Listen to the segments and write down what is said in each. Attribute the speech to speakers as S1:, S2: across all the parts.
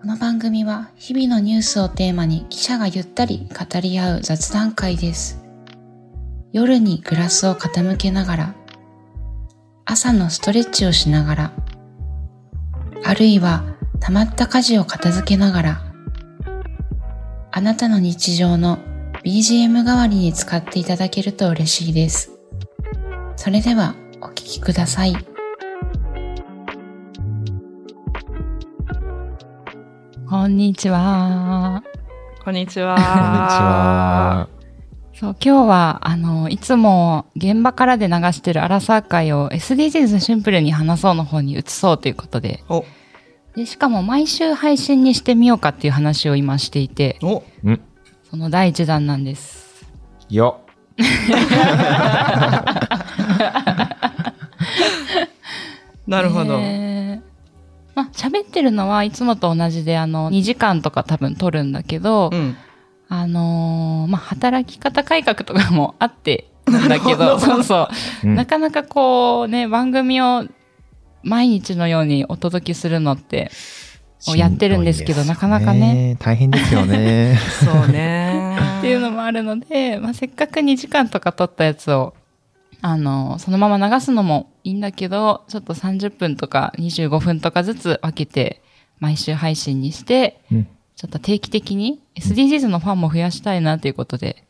S1: この番組は日々のニュースをテーマに記者がゆったり語り合う雑談会です。夜にグラスを傾けながら、朝のストレッチをしながら、あるいは溜まった家事を片付けながら、あなたの日常の BGM 代わりに使っていただけると嬉しいです。それではお聴きください。こんにちは。
S2: こんにちは。こん
S3: こんにちは。
S1: そう、今日は、あの、いつも現場からで流してるアラサー会を SDGs シンプルに話そうの方に移そうということで。
S2: お
S1: で、しかも毎週配信にしてみようかっていう話を今していて、
S2: お
S3: うん。
S1: その第一弾なんです。
S3: よ。
S2: なるほど。
S1: えーまあ、喋ってるのはいつもと同じで、あの、2時間とか多分撮るんだけど、
S2: うん。
S1: あのーまあ、働き方改革とかもあって、なんだけ
S2: なる
S1: ど、
S2: ほど
S1: そうそう。
S3: うん
S1: なかなかこうね、番組を毎日のようにお届けするのって、をやってるんですけど
S3: しどい
S1: なかなかね。。
S3: 大変ですよね。
S2: そうね
S1: っていうのもあるので、まあ、せっかく2時間とか撮ったやつを、あの、そのまま流すのもいいんだけど、ちょっと30分とか25分とかずつ分けて、毎週配信にして、
S3: うん
S1: ちょっと定期的に SDGs のファンも増やしたいなということで、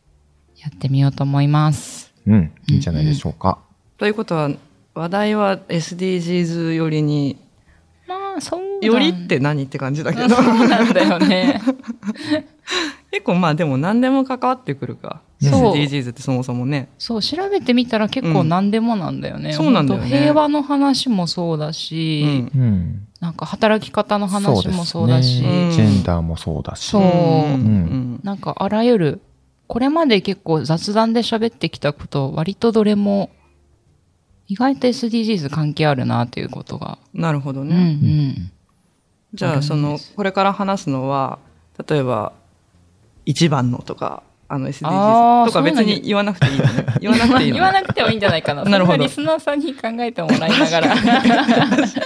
S1: やってみようと思います。
S3: うん。いいんじゃないでしょうか。
S2: ということは、話題は SDGs よりに、
S1: まあ、そうだね
S2: よりっ。て何って感じだ
S1: そ
S2: け
S1: う
S2: ど、
S1: なんだよね。
S2: 結構まあでも何でも関わってくるか。
S1: そう
S2: SDGs ってそもそもね。
S1: そう、調べてみたら結構何でもなんだよね。
S2: うんそうなんだよね
S1: 本当平和の話もそうだ
S2: う
S1: し、
S2: ん。
S3: うん。
S1: なんか働き方の話もそうだし、
S3: です
S2: うん
S3: ねジェンダーもそうだし。
S1: そう
S2: うんうん
S1: なんかあらゆる、これまで結構雑談で喋ってきたこと、割とどれも、意外と SDGs 関係あるなということが。
S2: なるほど
S1: うんう
S2: ね。
S1: ん。
S2: じゃあ、その、これから話すのは、例えば、一番のとか、あの
S1: あ
S2: SDGs
S1: ー
S2: とか別に言わなくていいよ ね。言わなくていい
S1: 言
S2: よ
S1: わ
S2: ね。
S1: なくてもいいんじゃないかな。
S2: なるほど
S1: それはリスナーさんに考えてもらいながら。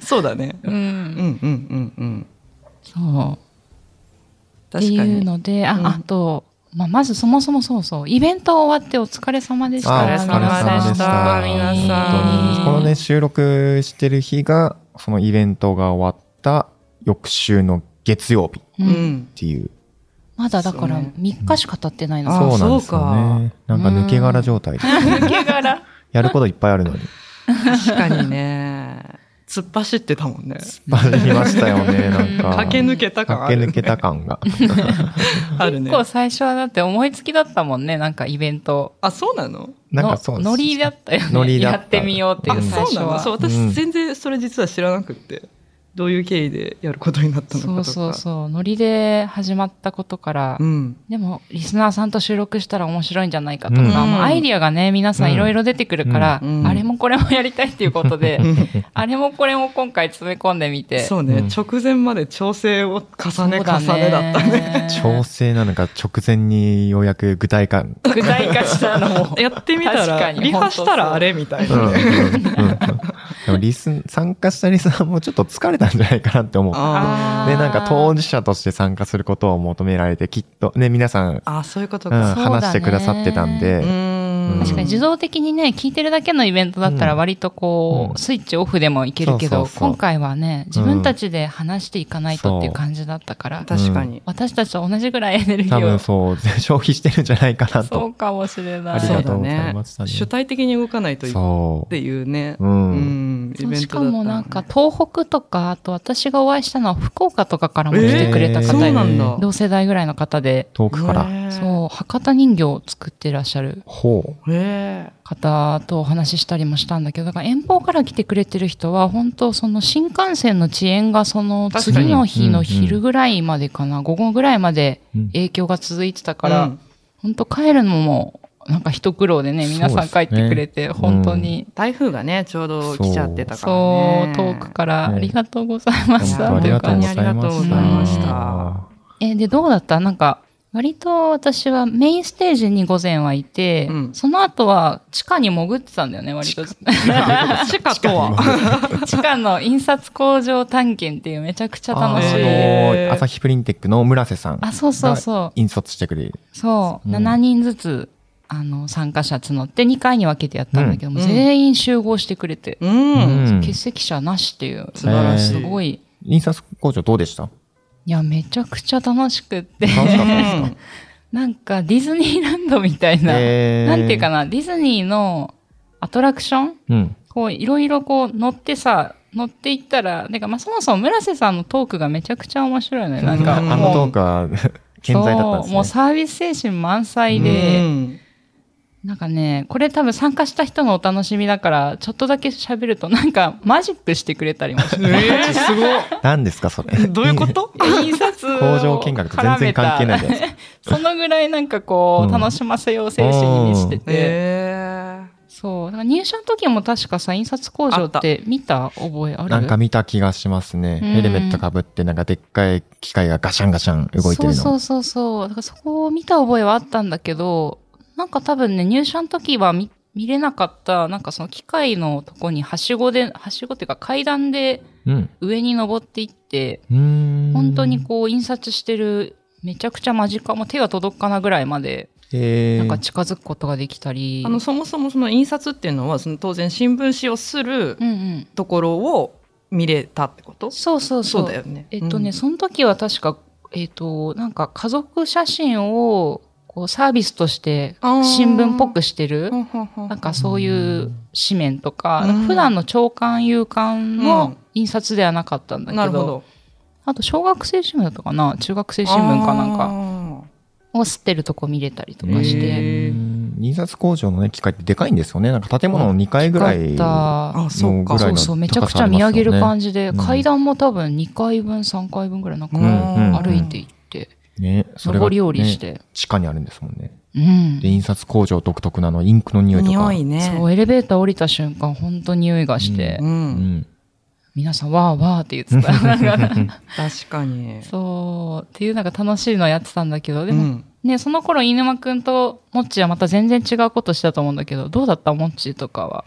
S2: そうだね。う
S1: う
S2: ん
S1: ん。
S2: うんうんうん。
S1: そう。って
S2: 確か
S1: いう
S2: に。
S1: ので、あ、
S2: うん
S1: あと、まあ、まずそもそもそうそう、イベント終わってお疲れ様でした。
S3: あ
S2: お疲れ様でした
S1: 皆
S2: 皆さん
S3: 本当にこのね、収録してる日が、そのイベントが終わった翌週の月曜日っ
S1: う
S2: うんん。
S3: ていう。
S1: まだだから
S2: そうね
S1: 3日しか経ってないの。
S2: あ
S3: そうなんですよね。
S1: うか
S3: なんか抜け殻状 態で。
S1: 抜け殻。
S3: やることいっぱいあるのに。
S2: 確かにね。 突っ走ってたもんね。
S3: バズりましたよね、なんか。
S2: 駆け抜けた感ある、
S3: 駆
S2: ね。
S3: け抜けた感が。
S2: ある
S1: 結
S2: ね。
S1: 構最初はだって思いつきだったもんね、なんかイベント。
S2: あ、そうなの
S3: なんかそう
S1: のノリだったよね。
S3: ノリだった
S1: やってみようってい
S2: あ、
S1: う最
S2: そう
S1: 初
S2: なの
S1: は。
S2: そう、
S1: そう
S2: 私
S3: うん
S2: 全然それ実は知らなくって。どういう経緯でやることになったのかと
S1: そ
S2: か。
S1: うそうノリで始まったことから、
S2: うん。
S1: でもリスナーさんと収録したら面白いんじゃないかとか、
S3: うん
S1: まあアイディアがね、皆さん
S3: うん
S1: いろいろ出てくるから、
S2: うん
S1: あれもこれもやりたいっていうこと で、あれもこれも今回詰め込んでみて。
S2: そうね、
S3: うん
S2: 直前まで調整を重ね
S1: そう
S2: 重
S1: だ
S2: ねだったね。。
S3: 調整なのか直前にようやく具体感
S1: 具体化したのも
S2: やってみた、
S1: 確からに
S2: リハしたらあれみたい
S3: うんう
S2: な
S3: んう
S2: ね。
S3: んでもリスン参加したリスナーもちょっと疲れたんじゃないかなって思う。で
S2: あ
S1: ー
S3: なんか当事者として参加することを求められてきっとね皆さん、うん、
S2: あ。あ、そういうことか。
S3: 話してくださってたん
S2: う
S3: で、
S2: ーん。
S1: 確かに自動的にね、聞いてるだけのイベントだったら
S3: うん
S1: 割とこう、
S3: うん
S1: スイッチオフでもいけるけど、
S3: そうそうそう
S1: 今回はね、自分たちで話していかないとっていう感じだったから、
S2: 確かに。
S1: 私たちと同じぐらいエネルギ
S3: 多
S1: ー
S3: 分
S1: を。
S3: そう消費してるんじゃないかな
S1: そ
S3: と
S1: うかもしれな
S3: あ
S1: い。
S3: り
S2: そう
S3: が
S2: だ
S3: とうござ
S2: ね
S3: いましたね
S2: 主体的に動かないといっ
S3: そう
S2: ていうね。
S3: う、
S2: うんん。イ
S1: そう
S2: ベン
S1: し
S2: ト
S1: か
S2: だったね
S1: もなんか東北とか、あと私がお会いしたのは福岡とかからも来てくれた
S3: えー
S1: 方
S2: そ
S1: で、
S2: うなんだ。
S1: 同世代ぐらいの方で、
S3: 遠くから、
S2: へー
S1: そう、博多人形を作ってらっしゃる
S3: ほ
S2: へえ。
S1: 方とお話ししたりもしたんだけど、だから遠方から来てくれてる人は、本当その新幹線の遅延がその
S2: 確かに
S1: 次の日の
S3: うんう
S1: 昼
S3: ん
S1: ぐらいまでかな、午後ぐらいまで
S3: うん
S1: 影響が続いてたから、
S2: うん
S1: 本当帰るのも、なんか一苦労でね、皆さん帰ってくれて、
S3: そうですね
S1: 本当に、
S2: 台風がね、ちょうど来ちゃってたから
S1: そう
S2: ね。、
S1: 遠くから
S3: ね
S1: ありがとうございま
S3: う
S1: し
S2: そ
S1: た。
S2: う
S3: 本当ありがとう
S2: 本当
S3: ご
S2: にありがとうご
S3: ざ
S2: ざ
S3: い
S2: い
S3: ま
S2: ま
S3: し
S2: したた
S1: え、で、どうだったなんか、割と私はメインステージに午前はいて、
S2: うん
S1: その後は地下に潜ってたんだよね、割と。
S2: 地 下とは。
S1: 地下の印刷工場探検っていうめちゃくちゃ楽し
S2: あ
S1: い。
S2: へー
S3: の、朝日プリンテックの村瀬さん
S1: あ、そうそうそう。
S3: 引率してくれる。
S1: そう、
S3: うん
S1: 7人ずつ、あの、参加者募って2回に分けてやったんだけども、
S2: うん
S1: 全員集合してくれて、
S2: うん。
S3: うん
S1: 欠席者なしっていう、
S2: 素晴らしい。
S1: すごい、
S3: 印刷工場どうでした
S1: いや、めちゃくちゃ楽しくって、
S3: 楽しか
S2: う
S3: ったですか
S2: ん。
S1: なんかディズニーランドみたいな、
S3: えー
S1: なんていうかな、ディズニーのアトラクション
S3: うん。
S1: こう、いろいろこう、乗ってさ、乗っていったら、なんか、まあ、そもそも村瀬さんのトークがめちゃくちゃ面白いのよ。なんか、
S2: うん
S1: もう
S3: あのトークは健在だったんです
S1: そう
S3: ね。
S1: もうサービス精神満載で、 なんかね、これ多分参加した人のお楽しみだから、ちょっとだけ喋ると、なんかマジックしてくれたりもし
S2: え
S1: て。
S2: ー、すご
S3: 何ですかそれ。
S2: い。どういうこと
S1: いや印刷を
S3: 工場見学と全然関係ないじゃないですか。
S1: そのぐらいなんかこう、
S3: うん
S1: 楽しませよう精神に満ちてて。
S2: えー。
S1: そう。だから入社の時も確かさ、印刷工場って見た覚えある
S3: なんか見た気がしますね。
S1: うん
S3: ヘルメットかぶって、なんかでっかい機械がガシャンガシャン動いてるの。
S1: そうそうそうそう。だからそこを見た覚えはあったんだけど、なんか多分ね、入社の時は見見れなかった、なんかその機械のとこにはしごで、はしごっていうか階段で
S3: うん。
S1: 上に登っていって、
S3: うーん。
S1: 本当にこう印刷してる、めちゃくちゃ間近、もう手が届くかなぐらいまで、
S3: えー
S1: なんか近づくことができたり。
S2: あのそもそもその印刷っていうのはその当然新聞紙をする
S1: うんうん。
S2: ところを見れたってこと、
S1: そうそうそう。
S2: そうだよね。
S1: えっと
S2: う
S1: ね、
S2: ん
S1: その時は確か、えっと、なんか家族写真を、こうサービスとして
S2: あー
S1: 新聞っぽくしてる
S2: ほんほんほん
S1: なんかそういう紙面とか、
S2: うん
S1: 普段の朝刊夕刊
S2: う
S1: の
S2: ん
S1: 印刷ではなかったんだけど、
S2: なるほど。
S1: あと小学生新聞だったかな中学生新聞かなんか
S2: か。
S1: を吸ってるとこ見れたりと
S3: う
S1: かし
S2: へ
S1: て、
S2: ー
S3: ん印刷工場のね、機械ってでかいんですよね。なんか建物の2階ぐらい
S1: よかった
S2: あ、そうか。
S3: ぐら
S1: そ
S3: いうの
S1: そうめちゃくちゃ見上げる感じで、
S3: うん
S1: 階段も多分2階分3階分ぐらいなんか
S3: うんうん
S1: 歩いていって、
S3: ね。それが、
S1: 上り下りし
S3: ね、
S1: て、
S3: 地下にあるんですもんね。
S1: うん
S3: で、印刷工場独特なあのインクの匂いとか。
S2: 匂いね。
S1: そうエレベーター降りた瞬間本当に匂いがして、
S2: う。
S3: うんん。
S1: 皆さんわーわーって言ってた なんか
S2: 確かに。
S1: そうっていうなんか楽しいのやってたんだけどで
S2: う
S1: も、
S2: ん
S1: ね、その頃、飯沼くんとモッチーはまた全然違うことしてたと思うんだけど、どうだったモッチーとかは。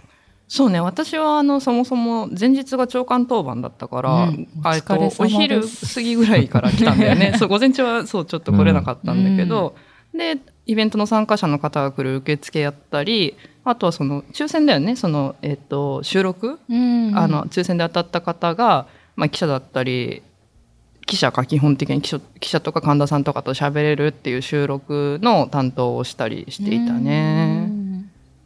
S2: そうね私はあのそもそも前日が長官当番だったから、
S1: うん
S2: あえっと
S1: お疲れ様です
S2: お昼過ぎぐらいから来たんだよねそう午前中はそうちょっと来れなかったんだけど、でイベントの参加者の方が来る受付やったりあとはその抽選だよねその、えっと収録、
S1: うん
S2: あの、抽選で当たった方が、まあ、記者だったり記者か基本的に記者記者とか神田さんとかと喋れるっていう収録の担当をしたりしていたね。。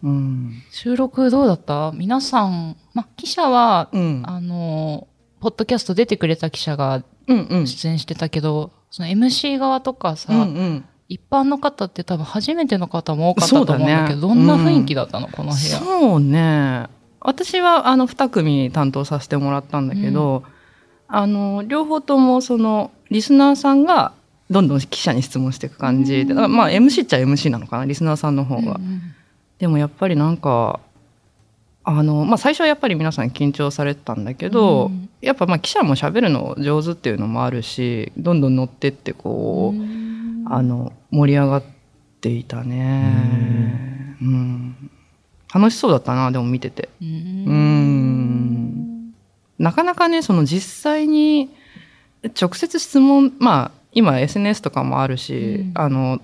S2: うん、
S1: 収録どうだった皆さん、ま、記者は、
S2: うん、
S1: あの、ポッドキャスト出てくれた記者が
S2: うんうん
S1: 出演してたけど、その MC 側とかさ、
S2: うんうん
S1: 一般の方って多分初めての方も多かったと思うんだけど、
S2: そう
S1: ど
S2: だね
S1: んな雰囲気だったの、この部屋。
S2: そうね私はあの2組担当させてもらったんだけど、あの両方ともそのリスナーさんがどんどん記者に質問していく感じで、だからまあ MC っちゃ MC なのかなリスナーさんの方が、
S1: うん
S2: でもやっぱりなんかあの、まあ、最初はやっぱり皆さん緊張されてたんだけど、
S1: うん
S2: やっぱまあ記者も喋るの上手っていうのもあるしどんどん乗ってってこう、
S1: うん
S2: あの盛り上がっていたね、うん、楽しそうだったなでも見てて
S1: う
S2: うんんなかなかねその実際に直接質問まあ今 SNS とかもあるし、
S1: うん
S2: あの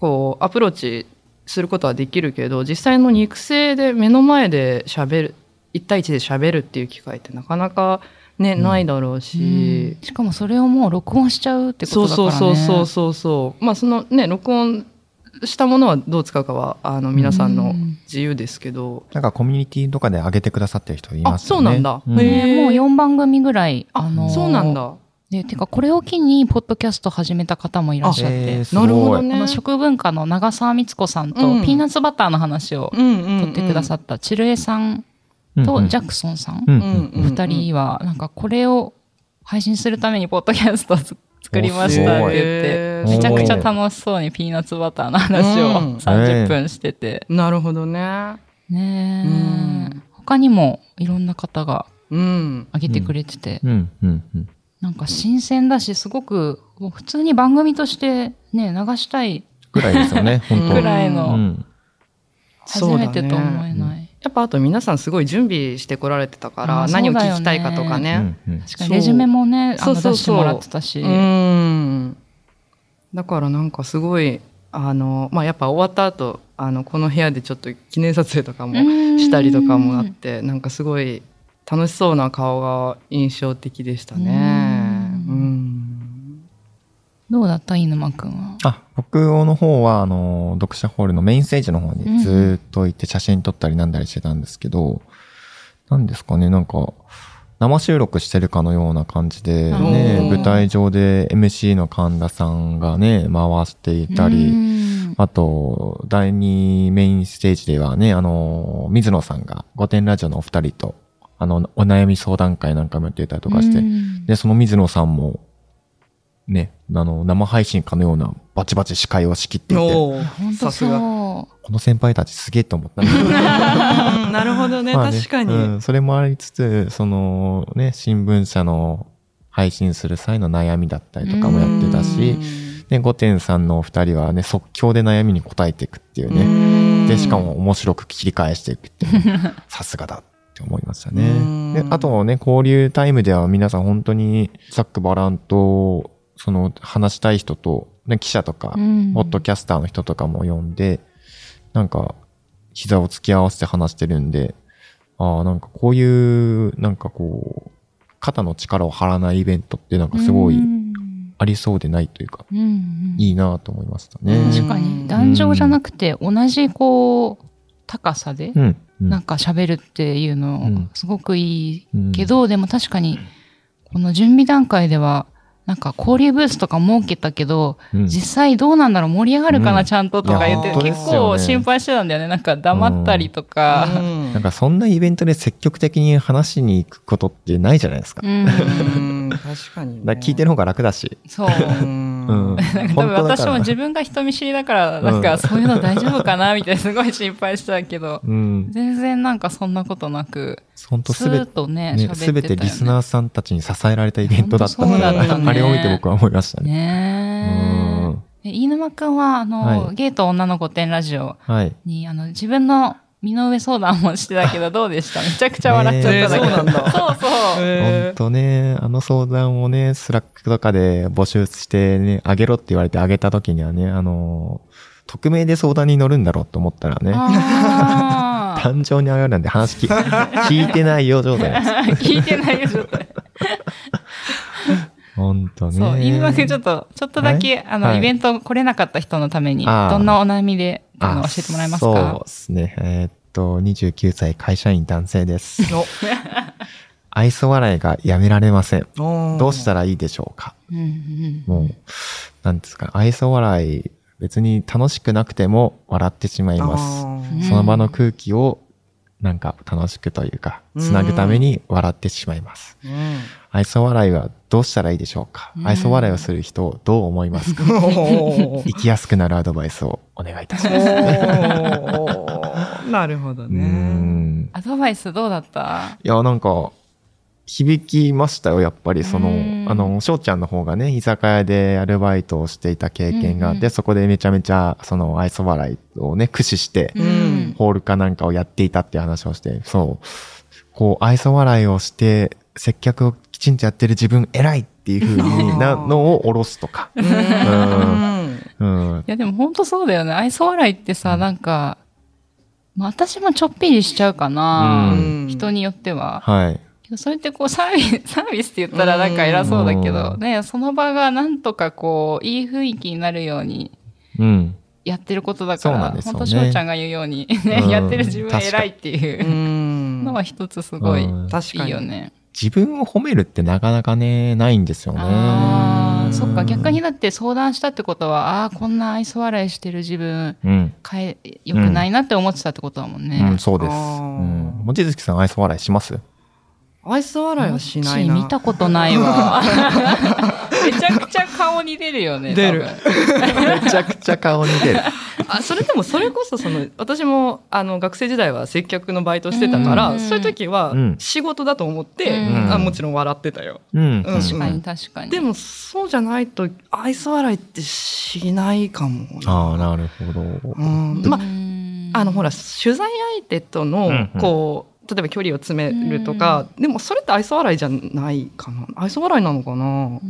S2: こうアプローチすることはできるけど実際の肉声で目の前で喋る1対1で喋るっていう機会ってなかなかね、
S3: うん
S2: ないだろうし、
S1: うんしかもそれをもう録音しちゃうって
S2: そ
S1: こと
S2: う
S1: だか
S2: そ
S1: ら
S2: う
S1: ね。
S2: そうそうそうそうまあそのね録音したものはどう使うかはあの皆さん
S1: う
S2: の
S1: ん
S2: 自由ですけど、
S3: なんかコミュニティとかで上げてくださってる人いますよ
S2: あ
S3: ね。
S2: そうなんだ
S3: うん
S2: へえ
S1: ねもう4番組ぐらい、あのー
S2: そうなん。だ
S1: で、てかこれを機に、ポッドキャスト始めた方もいらっしゃっ
S3: えー
S1: て、
S3: すごい
S2: なるほどね
S1: あの食文化の長澤光子さんと、
S2: うん
S1: ピーナッツバターの話を
S2: うんうんう
S1: 撮
S2: ん
S1: ってくださった、ちるえさんとジャクソンさん、
S3: う
S2: う
S3: んう
S2: んんうんうん
S1: 2人は、なんかこれを配信するために、ポッドキャストを作作りましたって言って、
S2: へー
S1: めちゃくちゃ楽しそうにピーナッツバターの話を
S2: うん
S1: 30分してて、
S2: なるほどね
S1: ねえ、
S2: うん
S1: 他にもいろんな方が
S2: うん
S1: 挙げてくれてて、
S3: うんうんうん
S1: なんか新鮮だしすごくもう普通に番組としてね、流したい
S3: ぐらいですよね、本当
S1: ぐらいの、
S3: うん。
S1: 初めてと思えない。
S2: やっぱあと皆さんすごい準備してこられてたから、
S1: あー
S2: 何を聞きたいかとか
S3: う
S2: ね。
S3: んうん
S1: 確かにレジュメもね、あ
S2: そう
S1: の
S2: そうそう
S1: 出してもらってたし。
S2: うーん。だからなんかすごい、あの、まあ、やっぱ終わった後、あの、この部屋でちょっと記念撮影とかもしたりとかもあって、なんかすごい楽しそうな顔が印象的でしたね。
S1: う
S2: うんん。
S1: どうだった飯沼くんは。
S3: あ、僕の方は、あの、読者ホールのメインステージの方にずーっと行って写真撮ったりなんだりしてたんですけど、なんですかね、なんか、生収録してるかのような感じで、
S2: う
S3: ね、
S2: ん
S3: 舞台上で MC の神田さんがね、回していた
S1: う
S3: り、
S1: ん
S3: あと、第2メインステージではね、あの、水野さんが、御殿ラジオのお二人と、あの、お悩み相談会なんかもやっていたりとかして
S1: う、ん
S3: で、その水野さんも、ね、あの、生配信かのようなバチバチ司会を仕切っていて、こ
S2: おー
S1: 本当
S2: さすが。
S1: そ
S3: の先輩たちすげえと思ったんですけ ど
S2: うんなるほどね、
S3: まあ
S2: 確かに。
S3: うんそれもありつつ、そのね、新聞社の配信する際の悩みだったりとかもやってた
S2: う
S3: し、
S2: ん
S3: ね、5点さんのお二人はね、即興で悩みに答えていくっていう
S1: う。
S3: ね、
S2: うん
S3: で、しかも面白く切り返していくっていう ね、さすがだって思いましたね。
S2: う
S3: で
S2: ん
S3: あとね、交流タイムでは皆さん本当にざっくばらんと、その話したい人と、ね、記者とか
S1: う、ん
S3: ポッドキャスターの人とかも呼んで、なんか、膝を突き合わせて話してるんで、ああ、なんかこういう、なんかこう、肩の力を張らないイベントってなんかすごい
S1: うん
S3: ありそうでないというか、
S1: うんうん
S3: いいなと思いました
S2: うん
S3: ね。
S1: 確かに。壇上じゃなくて、同じこう、高さで
S3: う、ん。うん
S1: なんか喋るっていう
S3: う
S1: の
S3: ん、
S1: すごくい
S3: うん
S1: いけど、でも確かに、この準備段階では、なんか交流ブースとか設けたけど、
S3: うん
S1: 実際どうなんだろう盛り上がるかな、
S3: うん
S1: ちゃんととか言っ
S2: い
S1: て、
S2: や本当で
S1: 結
S2: す
S3: よ
S1: 構
S3: ね
S1: 心配してたんだよね。なんか黙ったりとか。
S3: なんかそんなイベントで積極的に話しに行くことってないじゃないですか。
S1: うん。
S2: うん確かにね。
S3: だから聞いてる方が楽だし。
S1: そう。
S2: うん
S3: うん。
S1: なんか多分私も自分が人見知りだから、なん
S3: う
S1: か
S3: ん
S1: そういうの大丈夫かなみたいなすごい心配してたけど、
S3: うん。
S1: 全然なんかそんなことなく、
S3: 本当
S1: ス
S3: す
S1: ー
S3: べ
S1: ッ
S3: て、
S1: とね、
S3: ね、
S1: 喋
S3: す
S1: って
S3: べ
S1: たよ
S3: てリ
S1: ね。
S3: スナーさんたちに支えられたイベントだった
S1: ほんとそうだったね
S3: あれを見て僕は思いましたね。
S1: ね
S3: うん
S1: え。で飯沼くんは、あの、
S3: はい
S1: ゲート女の子展ラジオ
S3: はい。
S1: に、あの、自分の身の上相談もしてたけど、どう でしためちゃくちゃ笑っちゃったんだけ
S2: ねえそ
S1: ど。
S2: うなんだ
S1: そうそう。
S3: 本
S2: へ
S3: 当ね、あの相談をね、スラックとかで募集してね、あげろって言われてあげた時にはね、あのー、匿名で相談に乗るんだろうと思ったらね、
S1: あ
S3: 単調に上がるなんて話聞聞いてないよ状態です。
S1: ー聞いてないよ、ちょっと。
S3: 本当ね。
S1: そう、飯沼くんちょっと、ちょっとだけ、
S3: はい
S1: あの、
S3: はい
S1: イベント来れなかった人のために、
S3: あー
S1: どんなお悩みで、あの
S3: あ
S1: 教えてもらえます
S3: そう
S1: か
S3: ですね。えーっと、29歳会社員男性です。
S2: ー
S3: 愛想笑いがやめられません。
S2: お
S3: どうしたらいいでしょうか
S1: うんうん。
S3: もう、なんですか、愛想笑い、別に楽しくなくても笑ってしまいます。
S1: うん
S3: その場の空気をなんか楽しくというか、つなぐために笑ってしまいます。
S2: うん
S3: 愛想笑いはどうしたらいいでしょうか
S1: うん
S3: 愛想笑いをする人をどう思います か
S2: おー
S3: 生きやすくなるアドバイスをお願いいたします。
S2: おーなるほど
S3: うー
S2: ね。
S3: ん。
S1: アドバイスどうだった
S3: いや、なんか、響きましたよ、やっぱり。その
S1: うん、
S3: あの、翔ちゃんの方がね、居酒屋でアルバイトをしていた経験があって、
S1: うんうん
S3: そこでめちゃめちゃ、その、愛想笑いをね、駆使して、
S2: ん
S3: ホールかなんかをやっていたっていう話をして、そう、こう、愛想笑いをして、接客をきちんとやってる自分偉いっていう風 にな
S2: あー
S3: のを下ろすとか。
S2: うん
S3: うん。
S1: いやでも本当そうだよね。愛想笑いってさ、なんか、まあ私もちょっぴりしちゃうか
S2: う
S1: な。
S2: ん
S1: 人によっては。
S3: はい。
S1: けどそれってこうサービス、 サービスって言ったらなんか偉そうだけど、
S3: うん
S1: ね、その場がなんとかこう、いい雰囲気になるように
S3: うん。
S1: やってることだか
S3: そう
S1: ら、
S3: なんですよ
S1: 本
S3: ね
S1: 当翔ちゃんが言うように、 ね
S3: うん
S1: やってる自分偉いっていううんのは一つすごい、
S3: うん
S2: 確
S1: い
S2: か
S1: いよ
S2: に。
S1: ね。
S3: 自分を褒めるってなかなかね、ないんですよね。
S1: ああ、そっか、逆
S3: に。
S1: にだって相談したってことは、ああー、こんな愛想笑いしてる自分、
S3: うん。
S1: かえ、良くないなって思ってたってことだもん
S3: う
S1: ね
S3: ん、。そうです。う
S2: あー
S3: ん。望月さん愛想笑いします
S2: あ愛想笑いはしないな。
S1: 見たことない わ。めちゃくちゃ顔に出るよね。
S2: 出る
S1: 多分
S3: めちゃくちゃ顔に出る。
S2: あそれでもそれこそその私もあの学生時代は接客のバイトしてたから、
S1: うん
S2: そういう時は
S3: うん
S2: 仕事だと思って、
S1: うん
S2: あもちろん笑ってたよ。
S3: うん。
S2: うん
S1: 確かに確かに。
S2: でもそうじゃないと愛想笑いってしないかもな。
S3: ああ、なるほど。
S2: うん、
S1: ま
S2: まああのほら取材相手との
S3: うんうん
S2: こう、例えば距離を詰めるとか、でもそれって愛想笑いじゃないかな愛想笑いなのかな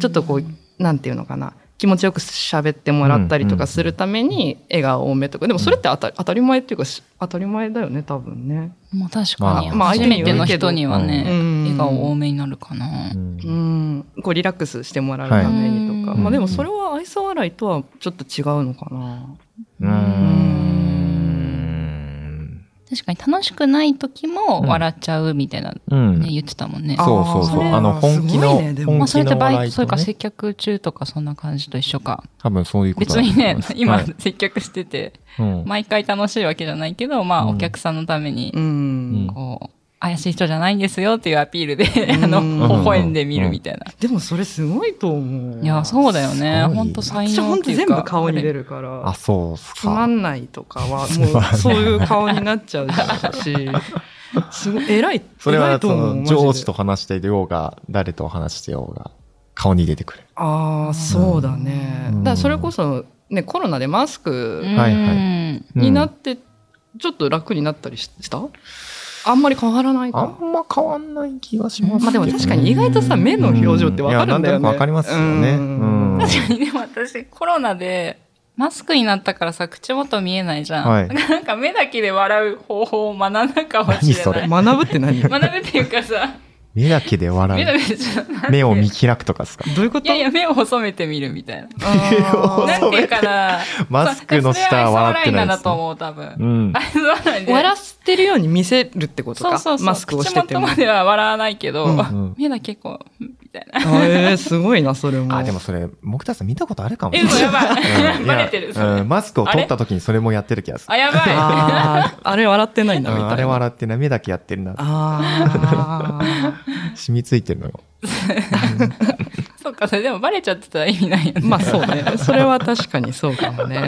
S2: ちょっとこうなんていうのかな気持ちよく喋ってもらったりとかするために笑顔多めとかでもそれって当た当たり前っていうかし当たり前だよね多分ね。
S1: まあ確かに、
S3: まあ
S1: 初めての人には
S2: う
S1: ね、
S2: ん
S1: 笑顔多めになるかな
S3: う。ん
S2: うん、こうリラックスしてもらうためにとか、
S1: はい
S2: まあ、でもそれは愛想笑いとはちょっと違うのかな。
S3: うーん。
S1: 確かに楽しくない時も笑っちゃうみたいなね、
S3: うん。
S1: 言ってたもんね。
S3: そうそうそう。
S2: あー
S3: あの、本気の、
S2: すごいねでも
S1: まあ
S3: 本
S1: そ
S3: 気
S1: れって
S3: の
S1: バイト、
S3: 笑い
S1: それ
S3: と、
S1: か
S3: ね
S1: 接、客中とかそんな感じと一緒か。
S3: 多分そういうことだ
S1: 別
S3: と
S1: に
S3: 思い
S1: ね
S3: ます、は
S1: 今
S3: い
S1: 接客してて、
S3: うん
S1: 毎回楽しいわけじゃないけど、まあ
S3: うん
S1: お客さんのために
S2: う、ん
S3: うん
S1: こう、怪しい人じゃないんですよっていうアピールで、あ
S2: う
S1: の、
S2: ん
S1: 微笑んで見るみたいな。
S2: でもそれすごいと思う。
S1: いや、そうだよね。
S3: すごい
S1: ほんと才
S2: 私
S1: 能
S2: ほ
S1: っ
S2: ん
S1: て
S2: と
S1: いうか。
S2: 全部顔に出
S1: る。
S2: るから。
S3: あ、そうっす
S2: つま
S3: か。
S2: んないとかは、もうそういう顔になっちゃうし、すごい偉い、
S3: それ
S2: 偉
S3: はい
S2: と
S3: そ
S2: 思う。マ
S3: の
S2: ジで
S3: 上司と話していようが、誰と話してようが、顔に出てくる。
S2: ああ、そうだね。
S3: う
S2: だ
S3: ん
S2: からそれこそ、ね、コロナでマスク
S3: はいはい
S1: うん
S2: にな
S3: う
S2: っ
S3: ん
S2: て、ちょっと楽になったりししたあんまり変わらない
S3: あ
S2: か。
S3: んま変わんない気がしますけどね、
S2: まあでも確かに意外とさ、目の表情ってわかるんだよね。
S3: いやなんとなくわかりますよね
S2: うん
S3: うん
S1: 確か にでも私コロナでマスクになったからさ口元見えないじゃん、
S3: はい
S1: だからなんか目だけで笑う方法を学んだかもし
S3: 何
S1: れ
S3: そ
S1: な
S3: れ
S1: い
S2: 学ぶって何ど
S1: 学ぶっていうかさ
S3: 目だけで
S1: 目だ
S3: 笑
S1: けでちょっと
S3: う。目を見開くとか ですか。
S2: ういうこ
S1: い
S2: と
S1: やいや目を細めて見るみたいな
S2: あー
S1: なんていうかな
S3: マスクの下は笑ってないですす、
S1: で、それは愛想笑いなんだと
S3: ね。
S1: 思う多分、
S3: うん。
S1: 愛想笑いで
S2: 笑わせてるように見せるってこと
S1: そう
S2: か。
S1: そうそう
S2: マスクをしてて
S1: 口元
S2: も。
S1: までは笑わないけど、
S2: うん
S3: うん
S1: 目だけこうみたいな
S2: あえー、すごいな、それも。
S3: あ、でもそれ、僕たちさん見たことあるかも
S1: え嘘やば
S3: う
S1: い
S3: ん
S1: バレてる
S3: い
S1: それ、
S3: やうんマスクを取った時にそれもやってる気がする。
S1: あやばい
S2: あーあれ笑ってないん
S3: う
S2: だみたい
S3: ん
S2: な。
S3: あれ笑ってない。目だけやってるな。
S2: あ
S3: 染みついてるのよ。
S1: そうかそれでもバレちゃってたら意味ないよ
S2: あ
S1: ね
S2: まあそうね それは確かにそうかもね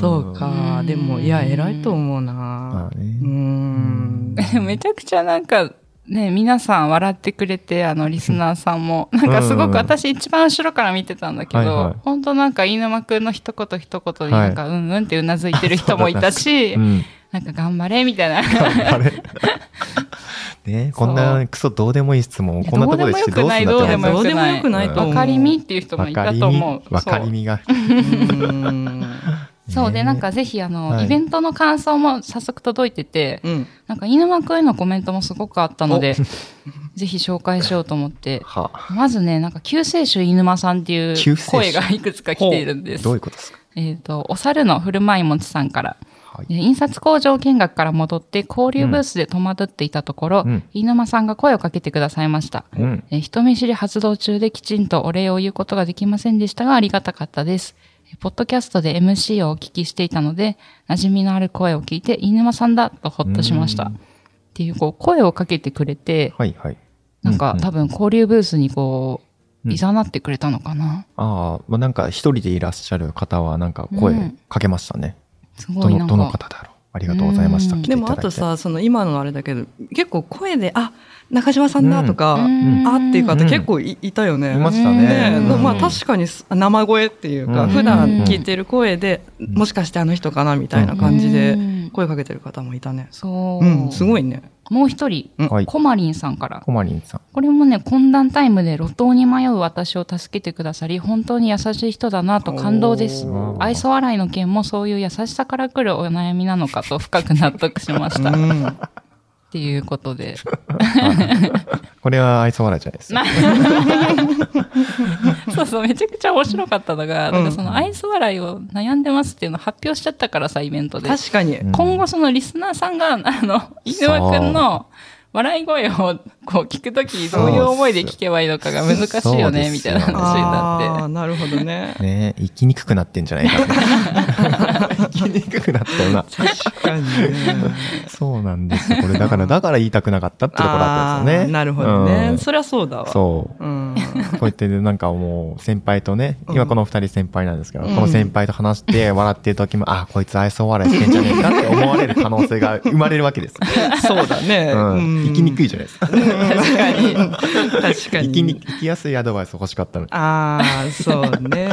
S2: そうか
S1: うん
S2: でもいや偉いと思うな
S3: まあね
S2: うーん
S1: でもめちゃくちゃなんか、ね、皆さん笑ってくれて、あの、リスナーさんも。なんかすご
S3: うん
S1: く私一番後ろから見てたんだけ
S3: はいは
S1: ど
S3: い、
S1: 本当なんか飯沼くんの一言一言になんか、うんうんってうなずいてる人もいたし
S3: う、ん。
S1: なんか頑張れみたいな。
S3: あれねこんなクソどうでもいい質問をこんなところでしてどうすんだ
S1: どう
S3: って
S1: でも
S3: 思
S1: よ
S2: ど
S1: く
S2: う
S1: な
S2: で
S1: い
S2: もよくないと思う
S1: わかりみっていう人もいたと思う。
S3: わかり
S1: み。
S3: みが。
S2: うーん
S1: そうで、なん
S3: ね
S1: かぜひあ
S3: は
S1: の、
S3: い
S1: イベントの感想も早速届いて て、
S2: うん
S1: なんか飯沼くんへのコメントもすごくあったので、ぜひ紹介しようと思って。
S3: はあ
S1: まずね、なんか救世主犬間さんっていう
S3: 救世主
S1: 声がいくつか来ているんです。
S3: どういうことですか
S1: えっ、と、お猿の古舞もちさんから、
S3: はい
S1: えー印刷工場見学から戻って交流ブースで戸惑っていたところ、
S3: うん
S1: 飯沼さんが声をかけてくださいました。
S3: うん
S1: えー人見知り発動中できちんとお礼を言うことができませんでしたがありがたかったです。えーポッドキャストで MC をお聞きしていたので、馴染みのある声を聞いて、飯沼さんだとほっとしました。
S3: う
S1: っ
S3: ん
S1: ていう、こう、声をかけてくれて、
S3: はいはい。
S1: なんか、
S3: うんうん
S1: 多分交流ブースにこ
S3: う
S1: う、
S3: ん
S1: いざなってくれたのかな。
S3: ああ、まあ、なんか一人でいらっしゃる方はなんか声かけましたね。
S1: すご
S3: ど
S1: いな
S3: の
S1: ん
S3: どの
S1: か。
S3: 方だろうありがとうございました。
S1: うん
S3: 来て
S2: で
S3: いた
S2: も
S3: だい
S2: あ
S3: て
S2: と、さその今のあれだけど結構声で「あ中島さんだ」とか「
S1: うん
S2: あ」っていう方
S3: うん
S2: 結構いいたよね。
S3: いました
S2: ね
S3: ね。
S1: うん
S2: まあ確かにす生声っていうか、
S3: うん
S2: 普段聞いてる声で、もしかしてあの人かなみたいな感じ
S1: う
S2: で
S1: ん
S2: 声かけてる方もいたね。
S1: そう、
S2: うん、すごいね。
S1: もう一人、
S2: うん
S3: はい。
S1: コマリンさんから。
S3: コマリンさん。
S1: これもね、懇談タイムで路頭に迷う私を助けてくださり、本当に優しい人だなと感動です
S2: お。
S3: ー
S1: 愛想笑いの件もそういう優しさから来るお悩みなのかと深く納得しまし
S2: う
S1: た。っ
S2: ん
S1: ていうことで。
S3: これは愛想笑いじゃないですか。
S1: そうそう、めちゃくちゃ面白かったのが、なん
S2: う
S1: か
S2: ん
S1: その愛想笑いを悩んでますっていうのを発表しちゃったからさ、イベントで。
S2: 確かに。
S3: うん
S1: 今後そのリスナーさんが、あの、犬輪くんの笑い声をこう聞くとき、どういう思いで聞けばいいのかが難しいよね、
S3: そうで
S1: み
S3: す
S1: たい
S3: よ。
S1: な話にな
S2: あ
S1: っ
S2: ーなるほどね
S3: ねえ生きにくくなってんじゃないかな生きにくくなったよな
S2: 確かにね。
S3: そうなんですよこれだからだから言いたくなかったってところだったんですよ
S2: あー
S3: ね
S2: なるほどね。
S3: うん
S2: そりゃそうだわ。
S3: そう
S2: うん。
S3: こうやってなんかもう先輩とね今この二人先輩なんですけど、
S1: うん
S3: この先輩と話して笑ってる時もあこいつ愛想笑いしてんじゃねえかって思われる可能性が生まれるわけです、
S2: そうだね。
S3: うん、生きにく
S2: い。
S3: いじゃないですか
S2: 確かに。確か
S3: 生
S2: に。
S3: きに生きやすいアドバイス欲しかったのに、
S2: ああ、そうね。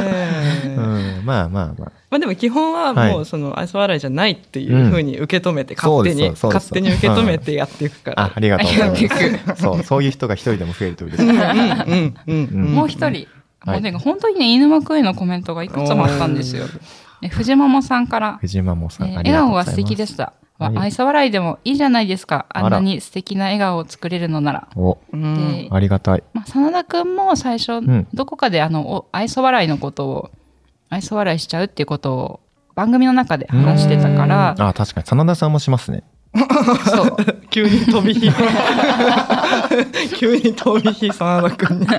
S3: うん、まあまあまあ
S2: まあでも基本は
S3: はい
S2: もうその愛想笑いじゃないっていうふうに受け止めて、勝手に、
S3: そうですそうです
S2: 勝手に受け止めてやっていくから。
S3: あありがとうございます
S1: ありがとうござい
S3: そうそういう人が一人でも増えると嬉しいです
S2: うんうんうん
S1: て。
S2: ん
S1: もう一人、
S3: はい
S1: もうね、本当にね、犬間くへのコメントがいくつもあったんですよ。で藤ママさんから、
S3: 藤間もさん、
S1: えー
S3: あり
S1: 笑
S3: がとう
S1: 顔
S3: ございま
S1: が
S3: す
S1: 素敵でした。
S3: ありがとうございます
S1: 愛想笑いでもいいじゃないですか。あんな
S3: あら
S1: に素敵な笑顔を作れるのなら。
S3: お
S2: うん
S1: で
S3: ありがたい
S1: まあ、真田くんも最初
S3: ん、
S1: どこかであの、お愛想笑いのことを、愛想笑いしちゃうっていうことを番組の中で話してたから、
S3: あ確かに真田さんもしますね
S1: そう。
S2: 急に飛 び火 急に飛び火真田君に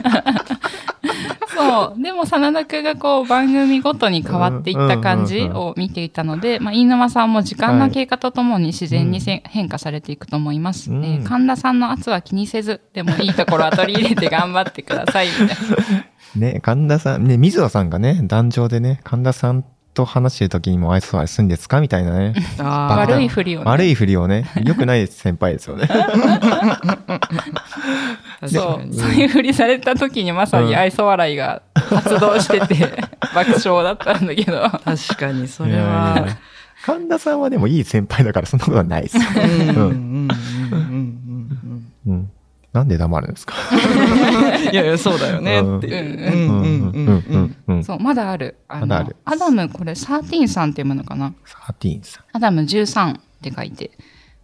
S1: そう。でも、真田くんがこう、番組ごとに変わっていった感じ
S3: うんうんうんうん
S1: を見ていたので、まあ、飯沼さんも時間の経過とともに自然にせん変化されていくと思います。
S3: うん
S1: えー神田さんの圧は気にせず、でもいいところは取り入れて頑張ってください、みたいな。
S3: ね神田さんね水野さんがね壇上でね神田さんと話してる時にも愛想は済んですかみたい なね
S2: あ
S3: 爆
S2: ー
S3: 弾
S1: 悪いふりをね
S3: 悪いふり をね良くない先輩ですよね
S2: 確
S1: そ
S2: か
S1: う。
S2: に
S1: そういうふりされた時にまさに愛想笑いが発動してて、爆笑だったんだけど。
S2: 確かにそ
S3: い
S2: れ
S3: やい
S2: は
S3: や 神田さんはでもいい先輩だからそんなことはないですよ、
S2: うんうんうんうん
S3: うん、なんで黙るんですか
S2: うんうんいやいやそうだよねっていう
S3: うん
S2: う
S3: うんんう
S2: うんうんうん
S3: んうん
S1: そう、まだある。あ
S3: ま
S1: の
S3: だある
S1: アダム、これ、13さんっていうものかな。
S3: サーティーンさん
S1: アダム13って書いて。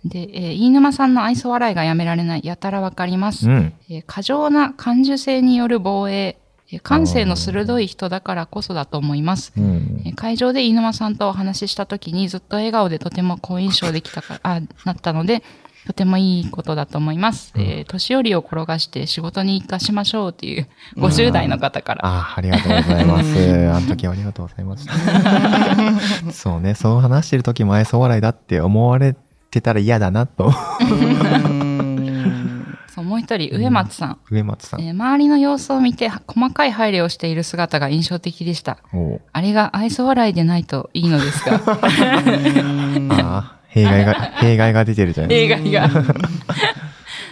S1: で、えー飯沼さんの愛想笑いがやめられない。やたらわかります。
S3: うん
S1: えー過剰な感受性による防衛。えー感性の鋭い人だからこそだと思います。
S3: うん
S1: えー会場で飯沼さんとお話しした時にずっと笑顔でとても好印象できたか、あ、なったので、とてもいいことだと思います。えー年寄りを転がして仕事に生かしましょうっていう50代の方から。
S3: ああ、ありがとうござ います。あの時はありがとうございました。そうね、そう話してる時も愛想笑いだって思われてたら嫌だなと。
S1: そう、もう一人、植松さん。
S3: 上松さん。
S1: えー周りの様子を見ては細かい配慮をしている姿が印象的でした。
S3: おう
S1: あれが愛想笑いでないといいのですが、
S3: ああ、弊害が、弊害が出てるじゃないで
S1: 映画が。
S3: すか。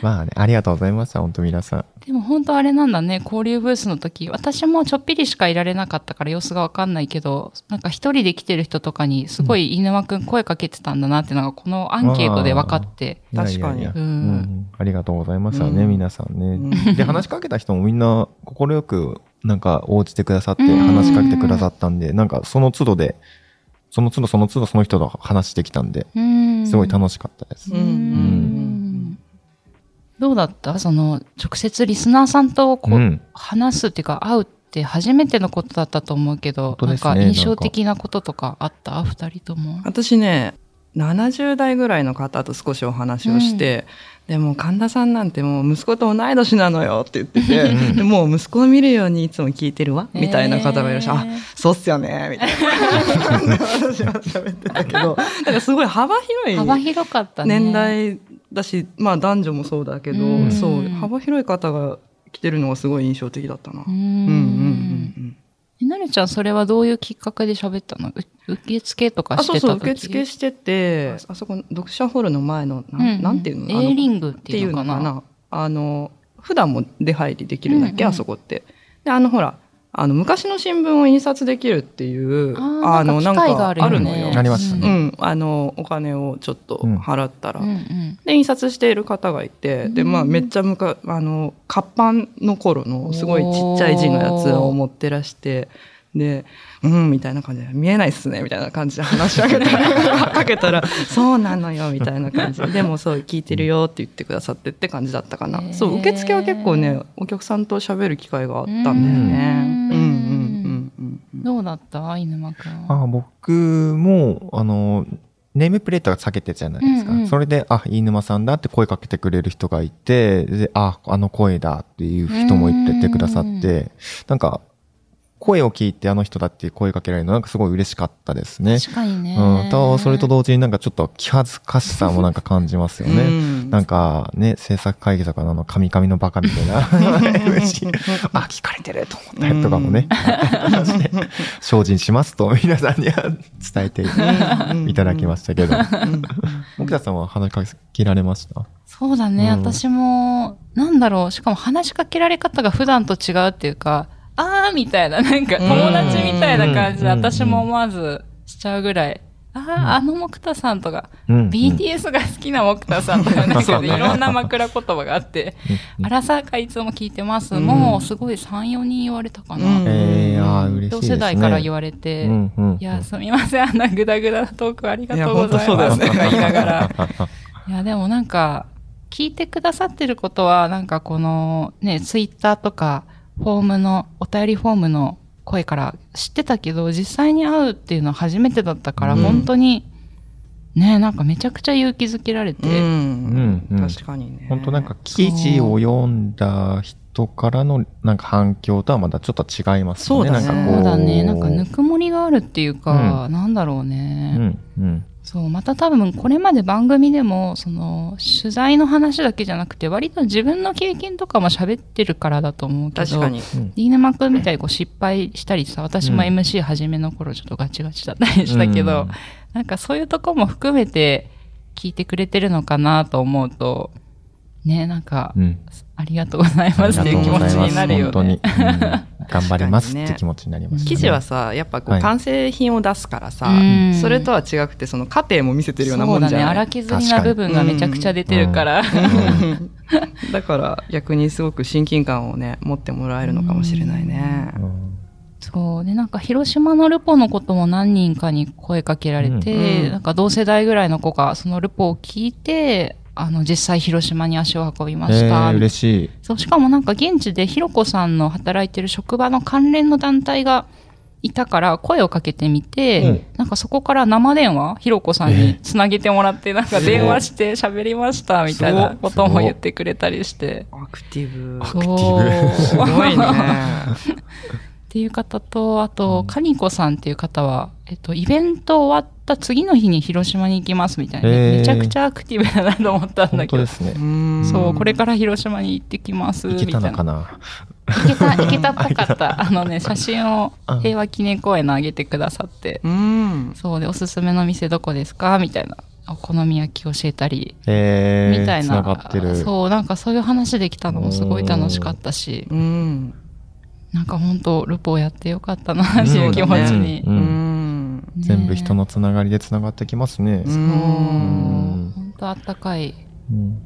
S3: まあね、ありがとうございました、本当皆さん。
S1: でも本当あれなんだね、交流ブースの時、私もちょっぴりしかいられなかったから様子がわかんないけど、なんか一人で来てる人とかに、すごい犬間くん声かけてたんだなってのが、このアンケートで分かって、
S3: いやいや
S2: 確
S3: いや
S1: か
S3: う
S1: にうん
S3: ん。ありがとうございましたね、
S2: うん
S3: 皆さん
S2: う
S3: ね。で、話しかけた人もみんな快く、なんか応じてくださって、話しかけてくださったんで、なんかその都度で、その都度その都度その人と話してきたんで、
S1: うーん
S3: すごい楽しかったです。
S1: うーんどうだったその、直接リスナーさんとこう、
S3: うん
S1: 話すっていうか会うって初めてのことだったと思うけど、
S3: 本当
S1: な
S3: で
S1: ん
S3: すね
S1: か印象的なこととかあった二人とも。
S2: 私ね70代ぐらいの方と少しお話をして、でも神田さんなんてもう息子と同い年なのよって言ってて、でもう息子を見るようにいつも聞いてるわみたいな方がいらっしゃる、
S1: へー
S2: あそうっすよねみたいな話は喋ってたけどだからすごい幅広い
S1: 幅広かったね。
S2: 年代だし、まあ男女もそうだけど、
S1: うん
S2: そう幅広い方が来てるのがすごい印象的だったな。
S1: うー
S2: うんうんうん
S1: ん。
S2: うん
S1: えなるちゃん、それはどういうきっかけで喋ったのう受付とか
S2: あ
S1: して
S2: そ
S1: た
S2: う
S1: 時
S2: そう受付しててあそこの読者ホールの前のなん,、なんていうのあの
S1: ?A リングっ
S2: って
S1: て
S2: い
S1: いうう
S2: の
S1: の
S2: か
S1: か
S2: な
S1: な。
S2: あの普段も出入りできるんだっけ、
S1: うんうん
S2: あそこってであのほらあの昔の新聞を印刷できるっていう
S1: あー
S2: の
S1: なんか機械があるよね
S2: のよ
S3: ありました
S2: う
S3: ね。
S2: ん、あのお金をちょっと払ったら、
S1: うんうん。
S2: で印刷している方がいてで、まあ、
S1: うん
S2: めっちゃむかあの活版の頃のすごいちっちゃい字のやつを持ってらしてで「うん」みたいな感じで「見えないっすね」みたいな感じで話しかけた らかけたら「そうなのよ」みたいな感じで「でもそう聞いてるよ」って言ってくださってって感じだったかな、
S1: へー
S2: そう受付は結構ねお客さんと喋る機会があったんだよね。
S1: うん
S2: うんうんうんうんうん
S1: どうだった犬間くん。
S3: あ僕も、あの、ネームプレートが下げてじゃないですか。
S1: うんうん
S3: それで、あ、飯沼さんだって声かけてくれる人がいて、で、あ、あの声だっていう人もいててくださ
S1: うん
S3: っ
S1: うん
S3: て、なんか、声を聞いてあの人だって声かけられるのなんかすごい嬉しかったですね。
S1: 確かにね。
S3: うん。と、それと同時になんかちょっと気恥ずかしさもなんか感じますよね。
S2: うん
S3: なんかね、制作会議とかのあの、カミカミのバカみた いな MC、あ、聞かれてると思ったりとかもね、精進しますと皆さんには伝えていただきましたけど、木田さんは話しかけられました
S1: そうだね、
S3: うん
S1: 私も、なんだろう、しかも話しかけられ方が普段と違うっていうか、あーみたいな、なんか
S2: うん
S1: 友達みたいな感じで、
S3: うん
S1: 私も思わずしちゃうぐらい、あー、あの木田さんとか、
S3: うん。
S1: BTS が好きな木田さんとか、なん
S3: そ
S1: か
S3: う
S1: ね
S3: ね
S1: いろんな枕言葉があって、
S3: うん
S1: アラサーかいつも聞いてます。
S2: うん
S1: もうすごい3、4人言われたかな。
S2: うん
S3: えー、あー嬉しいです
S1: 同
S3: ね。
S1: 世代から言
S3: わ
S1: われて、
S3: うんうんうん
S1: いや、すみません、あんなグダグダなトークありが
S2: いや
S1: とうござい
S2: 本当
S1: ま
S2: そ
S1: す。
S2: うだよね
S1: とか言いながら。いや、でもなんか、聞いてくださってることは、なんかこの、ね、ツイッターとか、フォームの、お便りフォームの声から知ってたけど、実際に会うっていうのは初めてだったから、
S3: うん
S1: 本当に、ね、なんかめちゃくちゃ勇気づけられ
S2: う
S1: て、
S2: ん
S3: うんうん
S2: 確かにね
S3: 本当なんか記事を読んだ人からのなんか反響とはまたちょっと違いますよね。
S2: そうだね
S3: なんかこ
S1: そう
S3: う。
S1: だね、なんかぬくもりがあるっていうか、なんだろうね。
S3: うんうん。
S1: そう、また多分これまで番組でも、その、取材の話だけじゃなくて、割と自分の経験とかも喋ってるからだと思うけど、
S2: 確かに
S1: 飯沼君みたいにこう失敗したりさ、私も
S3: うん
S1: MC 初めの頃ちょっとガチガチだったりしたけど、
S3: うん
S1: なんかそういうとこも含めて聞いてくれてるのかなと思うと、ね、なんか、
S3: うん。
S1: ありがとうござい
S3: あ
S1: ま
S3: り
S1: す
S3: が
S1: っ
S3: と
S1: て
S3: う
S1: いう気
S3: ご
S1: 持ち
S3: ざいます
S1: になるよ
S3: 本当に
S1: ね。
S3: うん頑張ります
S2: 確かにね
S3: って気持ちになりましたね。
S2: 記事はさやっぱこ
S3: は
S2: う
S3: い
S2: 完成品を出すからさ、
S1: うん
S2: それとは違くてその過程も見せてるような
S1: そ
S2: も
S1: うんだ
S2: じ
S1: ね、
S2: ゃない
S1: 荒削りな部分がめちゃくちゃ出てるから。
S2: うんだから逆にすごく親近感をね持ってもらえるのかもしれないね。
S3: うん
S1: そうでなんか広島のルポのことも何人かに声かけられて、
S2: うんうん
S1: なんか同世代ぐらいの子がそのルポを聞いてあの実際広島に足を運びまし
S3: え
S1: た、
S3: ー嬉しい。
S1: そうしかもなんか現地でひろこさんの働いてる職場の関連の団体がいたから声をかけてみて、
S3: うん
S1: なんかそこから生電話ひろこさんにつなげてもらって、なんか電話して喋りましたみたいなことも言ってくれたりして。
S2: アクティブ。
S3: ごい
S1: そう
S2: すごいね。
S1: っていう方と、あと、カニコさんっていう方は、えっと、イベント終わった次の日に広島に行きますみたいな、
S3: へー
S1: めちゃくちゃアクティブだなと思ったんだ
S3: 本
S1: け
S3: 当
S1: ど
S3: で、すね。
S1: そう、これ
S2: か
S1: から広島に行ってきます
S3: い
S1: みた
S3: け
S1: いな。
S3: たのかな。
S1: 行けた、行けたっぽかった。 あのね、写真を
S3: うん
S1: 平和記念公園のあげてくださって、
S2: うん。
S1: そうで、おすすめの店どこですかみたいな。お好み焼き教えたり、
S3: えー
S1: みたい
S3: 繋
S1: な
S3: がってる。
S1: そう、なんかそういう話できたのもすごい楽しかったし、
S2: うん。
S1: なんか本当ルポをやってよかったなっていう気持ちに。
S3: う
S2: うんん。
S1: ね
S3: 全部人のつながりでつながってきますね。
S2: うん
S3: ん
S1: 本当あったかい。
S3: うん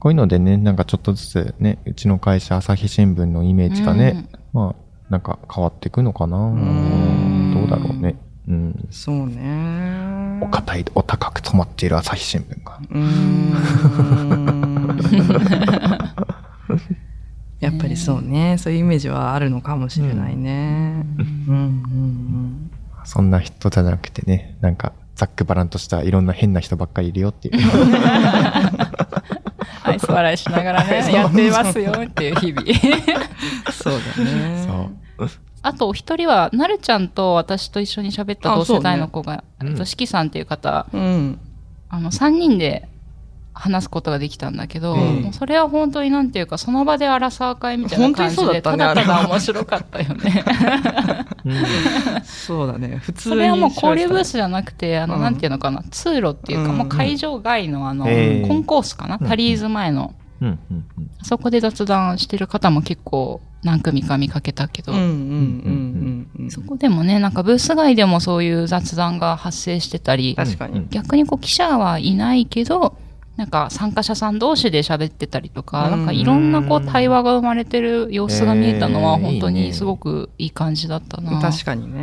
S3: こういうのでね、なんかちょっとずつね、うちの会社、朝日新聞のイメージがね、まあ、なんか変わっていくのかな。
S2: ん
S3: どうだろうね。うん。
S2: そうね。
S3: お堅い、お高く止まっている朝日新聞が。
S2: やっぱりそうね、そういうイメージはあるのかもしれないね。うんうん
S3: そんな人じゃなくてね、なんか、ざっくばらんとしたいろんな変な人ばっかりいるよっていう。
S1: 愛想笑いしながら ね、やってますよっていう日々。
S2: うん。そうだね。
S1: あとお一人は、なるちゃんと私と一緒に喋った同世代の子が、
S3: あそうね
S1: えっ
S3: うん
S1: と、しきさんっていう方、
S2: うん。
S1: あの、3人で話すことができたんだけど、
S2: ええ
S1: もうそれは本当になんていうか、その場で荒沢会みたいな感じ
S2: 本当に
S1: で、
S2: そ
S1: た
S2: うだった
S1: だ
S2: ね
S1: ただ面白かった よね。
S2: そうだね。普通に。
S1: それはもう交流ブースじゃなくて、あ
S2: う
S1: の、
S2: ん
S1: なんていうのかな、通路っていうか、
S2: うん
S1: もう会場外のあの、コ
S3: ええ
S1: ンコースかな、
S3: うん
S1: タリーズ前の。
S3: うん、うん、うんうん。
S1: あそこで雑談してる方も結構何組か見かけたけど、
S2: うんうんうんうんうん。
S1: そこでもね、なんかブース外でもそういう雑談が発生してたり、
S2: 確かに。
S1: 逆にこう記者はいないけど、なんか参加者さん同士で喋ってたりとか、
S2: うん
S1: なんかいろんなこう対話が生まれてる様子が見えたの
S3: え
S1: は
S3: ー
S1: 本当
S3: いいね
S1: にすごくいい感じだったな。
S2: 確かにね。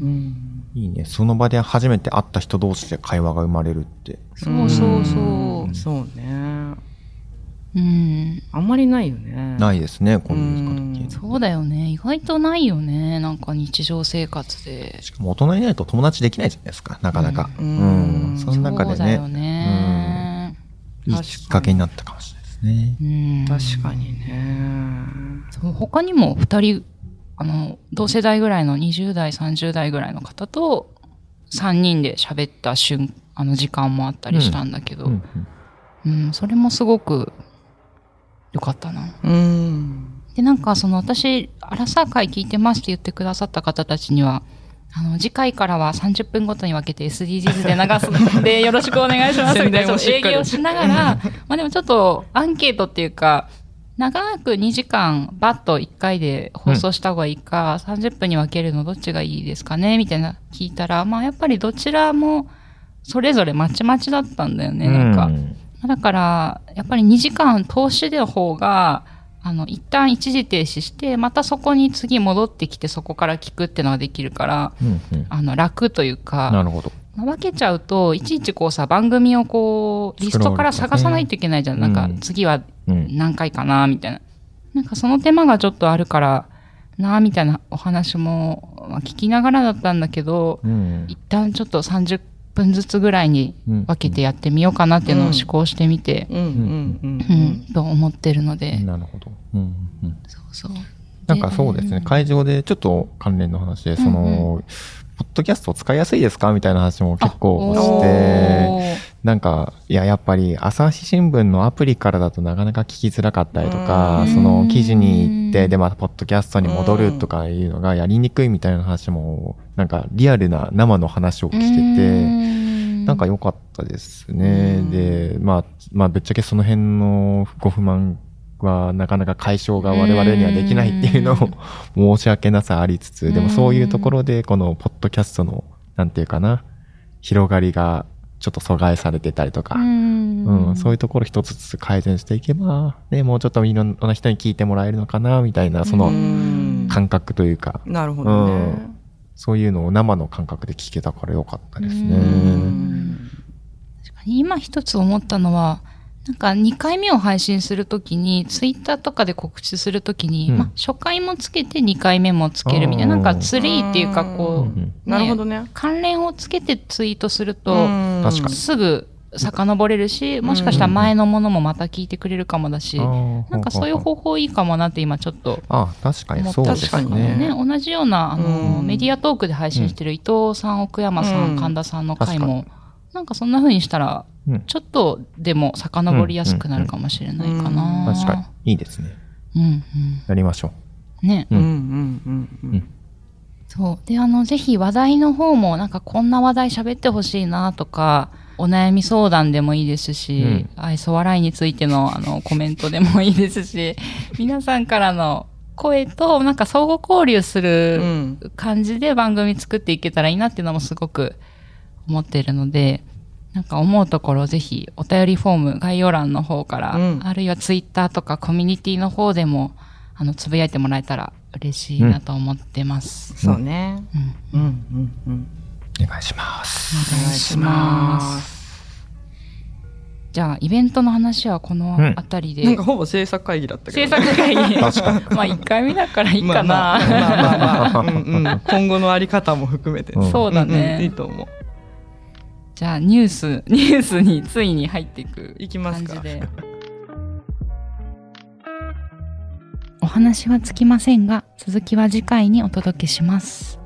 S2: うん。
S3: いいね。その場で初めて会った人同士で会話が生まれるって。
S1: そうそうそ
S2: んそうね。
S1: う。うん。
S2: あんまりないよね。。
S3: ないいですね、こう
S2: う
S3: いう形。
S2: ん
S3: 験って
S1: そうだよね。意外とないよね。なんか日常生活で。
S3: しかも大人になると友達できないじゃないですか、なかなか。
S2: う
S3: うんん。その中
S1: そ
S3: で
S1: うだよ
S3: ね、
S1: ね。
S3: いいきっかけになったかもしれないですね。
S1: うん
S2: 確かにね。
S1: そう他にも2人あの同世代ぐらいの20代30代ぐらいの方と3人で喋った瞬あの時間もあったりしたんだけど、う
S3: うん
S1: ん
S3: うん
S1: それもすごく良かったな。
S2: うん。
S1: でなんかその私「アラサー会聞いてます」って言ってくださった方たちにはあの次回からは30分ごとに分けて SDGs で流すの でよろしくお願いしますみた
S2: 宣伝
S1: いな
S2: もしっ
S1: 営
S2: かり
S1: 業しながらまあでもちょっとアンケートっていうか長く2時間バッと1回で放送した方がいいか、30分に分けるのどっちがいいですかねみたいな聞いたらまあやっぱりどちらもそれぞれまちまちだったんだよね、なんか。だから、やっぱり2時間通しの方が、あの、一旦一時停止して、またそこに次戻ってきて、そこから聞くってのができるから、
S3: うんうん
S1: あの、楽という
S3: な
S1: か、
S3: るほど。
S1: 分けちゃうと、いちいちこうさ、番組をこう、リストから探さないといけないじゃん。
S3: スクロールと
S1: な
S3: かね
S1: んか、次は
S3: うん。
S1: 何回かな、みたいな。なんかその手間がちょっとあるから、なあ、みたいなお話も、まあ聞きながらだったんだけど、
S3: うん
S1: 一旦ちょっと30分ずつぐらいに分けてやってみようかなっていうのを試行してみて、
S2: うんうんうん
S1: う
S2: うんん。、
S1: と思ってるので。
S3: なるほど。うんうんうん
S1: そうそう。
S3: なんかそうですね、会場でちょっと関連の話で、そ
S1: うん
S3: の、ポッドキャスト使いやすいですかみたいな話も結構
S2: お
S3: し
S2: ー
S3: て、なんか、いや、やっぱり、朝日新聞のアプリからだとなかなか聞きづらかったりとか
S2: う、ん
S3: その記事に行っ
S1: う
S3: て、
S1: ん
S3: で、またポッドキャストに戻るとかいうのがやりにくいみたいな話も、なんかリアルな生の話を聞けて、なんか良かったですね
S2: う。ん
S3: で、まあ、まあ、ぶっちゃけその辺のご不満はなかなか解消が我々にはできないっていうのを 申し訳なさありつつ、でもそういうところで、このポッドキャストの、なんていうかな、広がりがちょっと阻害されてたりとか、うん、そういうところ一つずつ改善していけば、ね、もうちょっといろんな人に聞いてもらえるのかな、みたいな、その
S2: ん
S3: 感覚というか、
S2: なるほどね。
S3: そういうのを生の感覚で聞けたからよかったです
S1: う
S3: ね。
S1: ん確かに今一つ思ったのは、なんか2回目を配信するときに、ツイッターとかで告知するときに、
S3: うん
S1: まあ初回もつけて2回目もつけるみたいな、
S3: あ
S1: な
S3: ー
S1: んかツリーっていうかこ
S3: うんうん
S1: う、
S2: なるほどね。
S1: 関連をつけてツイートすると、
S2: 確
S3: 確かに
S1: すぐ遡れるし、もしかしたら前のものもまた聞いてくれるかもだし、
S3: な
S1: なんかそういう方法いいかもなって今ちょっと
S3: あ確かにそう
S1: 思
S3: で
S1: った
S3: す
S2: 確かに
S3: ね。
S1: ね、同じようなあの、
S2: うん
S1: メディアトークで配信してる伊藤さん、奥山さん、
S2: うん
S1: 神田さんの回
S3: 確
S1: も、なんかそんな風にしたら、
S3: うん
S1: ちょっとでも遡りやすくなるかもしれないかな。
S2: うん
S3: 確かに。いいですね。
S1: に。うん
S3: やりましょ
S1: うん。ね。
S2: うんうんうんうん。
S1: そう。で、あの、ぜひ話題の方も、なんかこんな話題喋ってほしいなとか、お悩み相談でもいいですし、愛想笑いについてのあのコメントでもいいですし、皆さんからの声と、なんか相互交流す
S2: う
S1: る
S2: ん
S1: 感じで番組作っていけたらいいなっていうのもすごく思っているので、なんか思うところぜひお便りフォーム概要欄の方から、
S2: うん
S1: あるいはツイッターとかコミュニティの方でも、あの、つぶやいてもらえたら嬉しいなと思ってます。
S2: そうね。
S1: うん。
S2: うんうんうん。
S3: う。お願いします。
S1: お願いします。じゃあ、イベントの話はこのあたりで。
S2: なんかほぼ制作会議だったけど
S1: 制
S2: ね。
S1: 作会議。まあ
S3: 確かに
S1: 1回目だからいいかな。
S2: まあまあまあまあ まあうんうん今後のあり方も含めて。
S3: うん
S1: そうだね。
S2: んんいいと思う。
S1: じゃあニュース、ニュースについに入っていく
S2: いきますか
S1: 感じ で。お話はつきませんが、続きは次回にお届けします。